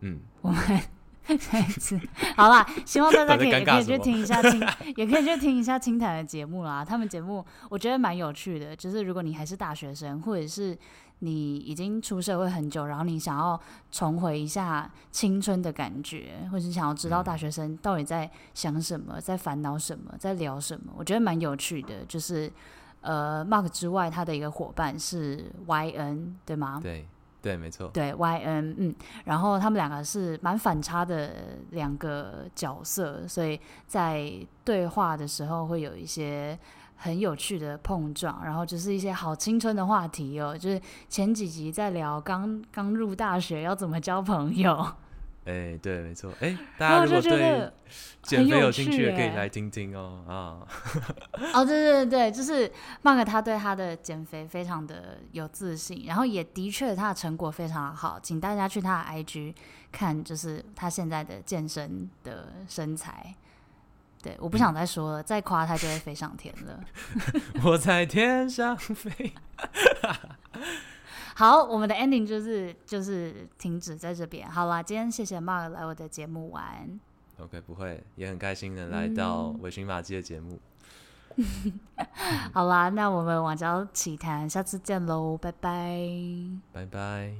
Speaker 2: 嗯，
Speaker 1: 我们下一次 [LAUGHS] 好啦，希望大家
Speaker 2: [LAUGHS] 到
Speaker 1: 可
Speaker 2: 底
Speaker 1: 以
Speaker 2: 尴
Speaker 1: 也
Speaker 2: 尬
Speaker 1: 可以
Speaker 2: 什
Speaker 1: 去
Speaker 2: 么
Speaker 1: 听一下
Speaker 2: [LAUGHS]
Speaker 1: 清，也可以去听一下清谈的节目啦。他们节目我觉得蛮有趣的，就是如果你还是大学生，或者是你已经出社会很久，然后你想要重回一下青春的感觉，或者是想要知道
Speaker 2: 嗯
Speaker 1: 大学生到底在想什么，在烦恼什么，在聊什么，我觉得蛮有趣的。就是呃，Mark 之外，他的一个伙伴是 YN 对吗？
Speaker 2: 对对，没错。
Speaker 1: 对，YN，嗯，然后他们两个是蛮反差的两个角色，所以在对话的时候会有一些很有趣的碰撞，然后就是一些好青春的话题哦，就是前几集在聊刚刚入大学要怎么交朋友，
Speaker 2: 哎、对，没错。哎、大
Speaker 1: 然后 [LAUGHS]
Speaker 2: 家
Speaker 1: 我
Speaker 2: 如
Speaker 1: 就觉
Speaker 2: 果对
Speaker 1: 得，
Speaker 2: 减肥
Speaker 1: 有
Speaker 2: 有兴
Speaker 1: 趣
Speaker 2: 趣的，可以
Speaker 1: 欸
Speaker 2: 来听听哦。啊，
Speaker 1: 哦，对对对，就是曼克他对他的减肥非常的有自信，然后也的确他的成果非常好，请大家去他的 IG 看，就是他现在的健身的身材。对，我不想再说了，再夸他就会飞上天了。
Speaker 2: 我在天上飞。
Speaker 1: 好，我们的 ending 就是就是停止在这边。好啦，今天谢谢 Mark 来我的节目玩。
Speaker 2: OK，不会，也很开心能来到
Speaker 1: 嗯
Speaker 2: 微醺马基的节目。
Speaker 1: 好啦，那我们网交奇谈，下次见喽，拜拜。
Speaker 2: 拜拜。